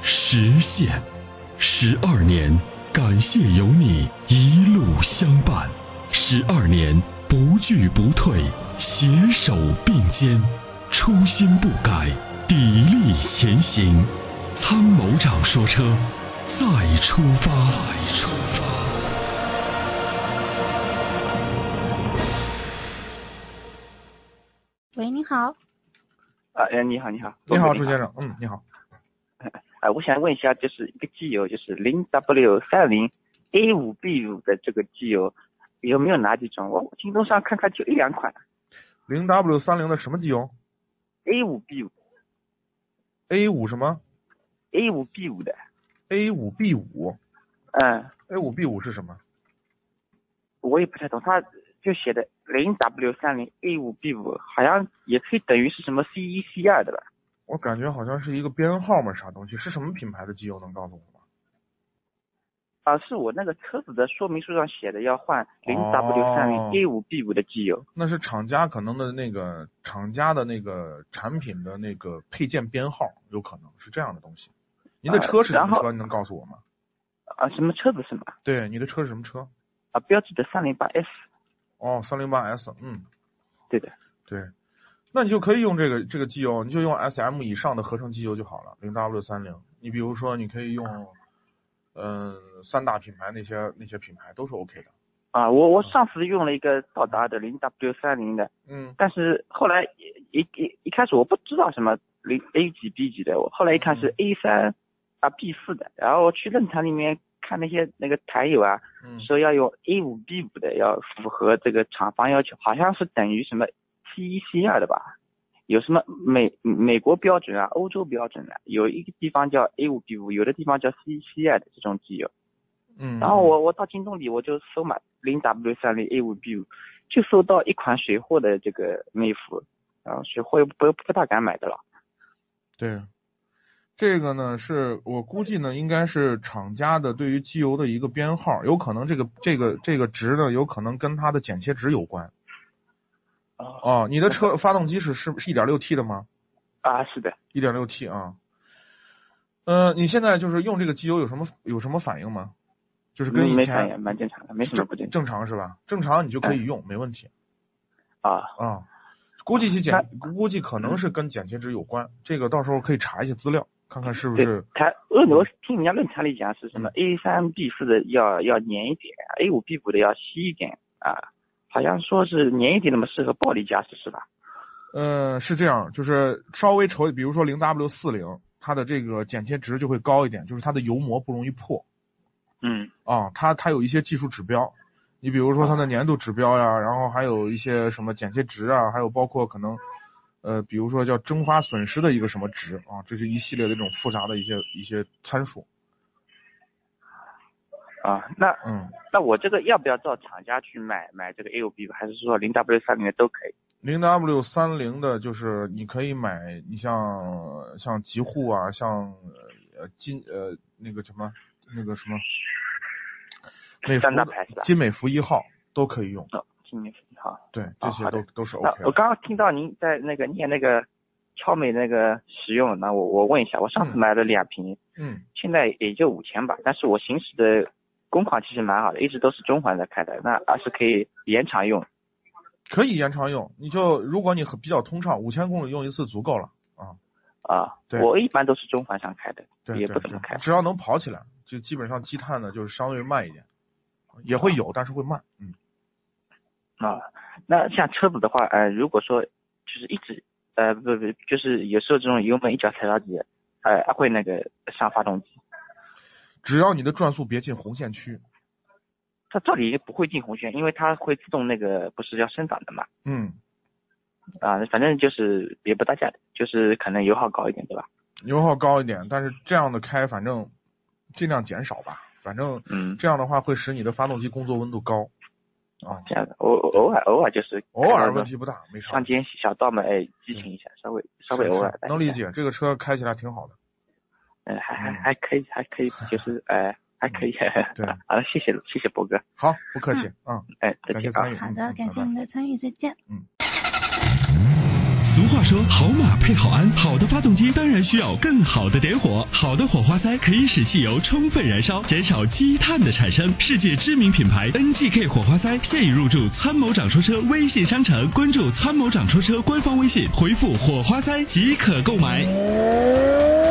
实现，十二年，感谢有你一路相伴，十二年不惧不退，携手并肩，初心不改，砥砺前行。”参谋长说：“车，再出发。”再出发。喂，你好。啊，哎，你好，你好，你好，朱先先生。生，嗯，你好，啊，我想问一下，就是一个机油，就是零 W 三零 A 五 B 五的这个机油，有没有哪几种？我京东上看看就一两款零 W 三零的什么机油 A 五 B 五？A 五什么 A 五 B 五的， ？A 五 B 五嗯， ，A 五 B 五是什么？我也不太懂，它就写的零 W 三零 A 五 B 五，好像也可以等于是什么 C 一 C 二的吧？我感觉好像是一个编号嘛，啥东西？是什么品牌的机油？能告诉我吗？啊，是我那个车子的说明书上写的要换零 W 三零 A 五 B 五的机油。那是厂家可能的那个厂家的那个产品的那个配件编号，有可能是这样的东西。您的呃车是什然么后车？你能告诉我吗？啊，什么车子什么？对，你的车是什么车？啊，标志的三零八 S。哦，三零八 S，嗯，对的。对，那你就可以用这个这个机油，你就用 SM 以上的合成机油就好了，零 W 三零。你比如说，你可以用，嗯、三大品牌那些那些品牌都是 OK 的。啊，我我上次用了一个道达的零 W 三零的，嗯，但是后来一一一开始我不知道什么零 A 几 B 几的，我后来一看是 A 三啊 B 四的，然后我去论坛里面看那些那个坛友啊，嗯，说要用 A 五 B 五的，要符合这个厂方要求，好像是等于什么 C 一 C 二的吧？有什么美美国标准啊，欧洲标准啊，有一个地方叫 A 五 B 五，有的地方叫 C 一 C 二的这种机油。嗯，然后我我到京东里我就搜嘛，零 W 三零 A 五 B 五，就搜到一款水货的这个内服，然后水货又不不大敢买的了。对，这个呢是我估计呢应该是厂家的对于机油的一个编号，有可能这个这个这个值呢有可能跟它的剪切值有关。哦哦，你的车发动机是是是一点六 T 的吗？啊，是的，一点六 T 啊。呃，你现在就是用这个机油有什么有什么反应吗？就是跟以没反前应，蛮正常的，没什么正不正哎常正常是吧？正常你就可以用，没问题啊。啊。估计其剪估计可能是跟剪切值有关，这个到时候可以查一下资料，看看是不对是，嗯他按我听人家论坛里讲是什么 A 三 B 四的要要粘一点，A 五 B 五的要稀一点啊，好像说是粘一点那么适合暴力驾驶是吧？呃，是这样，就是稍微稠，比如说零 W 四零，它的这个剪切值就会高一点，就是它的油膜不容易破。嗯，啊，它它有一些技术指标，你比如说哦它的粘度指标呀，然后还有一些什么剪切值啊，还有包括可能，呃，比如说叫蒸发损失的一个什么值啊，这是一系列的这种复杂的一些一些参数。啊，那嗯，那我这个要不要到厂家去买买这个 A 五 B 五，还是说零 W 三零的都可以？零 W 三零的就是你可以买，你像像极护啊，像呃金呃那个什么那个什么美三大孚牌是啊吧金美孚一号都可以用，哦，今年好。对，啊这些好都的都是 OK 那的。我刚刚听到您在那个念那个超美那个使用，那我我问一下，我上次嗯买了两瓶，嗯现在也就五千吧，但是我行驶的工况其实蛮好的，一直都是中环在开的，那而是可以延长用。可以延长用，你就如果你很比较通畅，五千公里用一次足够了啊。啊，对我一般都是中环上开的，对也对不怎么开对，只要能跑起来，就基本上积碳呢就是相对慢一点，也会有，但是会慢。嗯，啊。那像车子的话，呃，如果说就是一直呃不不，就是有时候这种油门一脚踩到底，呃，会那个上发动机。只要你的转速别进红线区，它照理不会进红线，因为它会自动那个不是要升档的嘛。嗯，啊，反正就是也不搭价的，就是可能油耗高一点，对吧？油耗高一点，但是这样的开反正尽量减少吧，反正嗯，这样的话会使你的发动机工作温度高啊，这样的，偶偶尔偶尔就是偶尔问题不大，没啥上。间小道嘛，哎，激情一下，稍微稍微是偶是尔，能理。解，这个车开起来挺好的。嗯，还还嗯还可以，还可以， 就是哎，还可以。对 好了，谢谢谢谢博哥，好，不客气，嗯，哎，再感谢见啊参。与，好嗯的，嗯感拜谢拜您的参与，再见。俗话说，好马配好鞍，好的发动机当然需要更好的点火。好的火花塞可以使汽油充分燃烧，减少积碳的产生。世界知名品牌 NGK 火花塞现已入驻参谋长说车微信商城，关注参谋长说车官方微信，回复“火花塞”即可购买。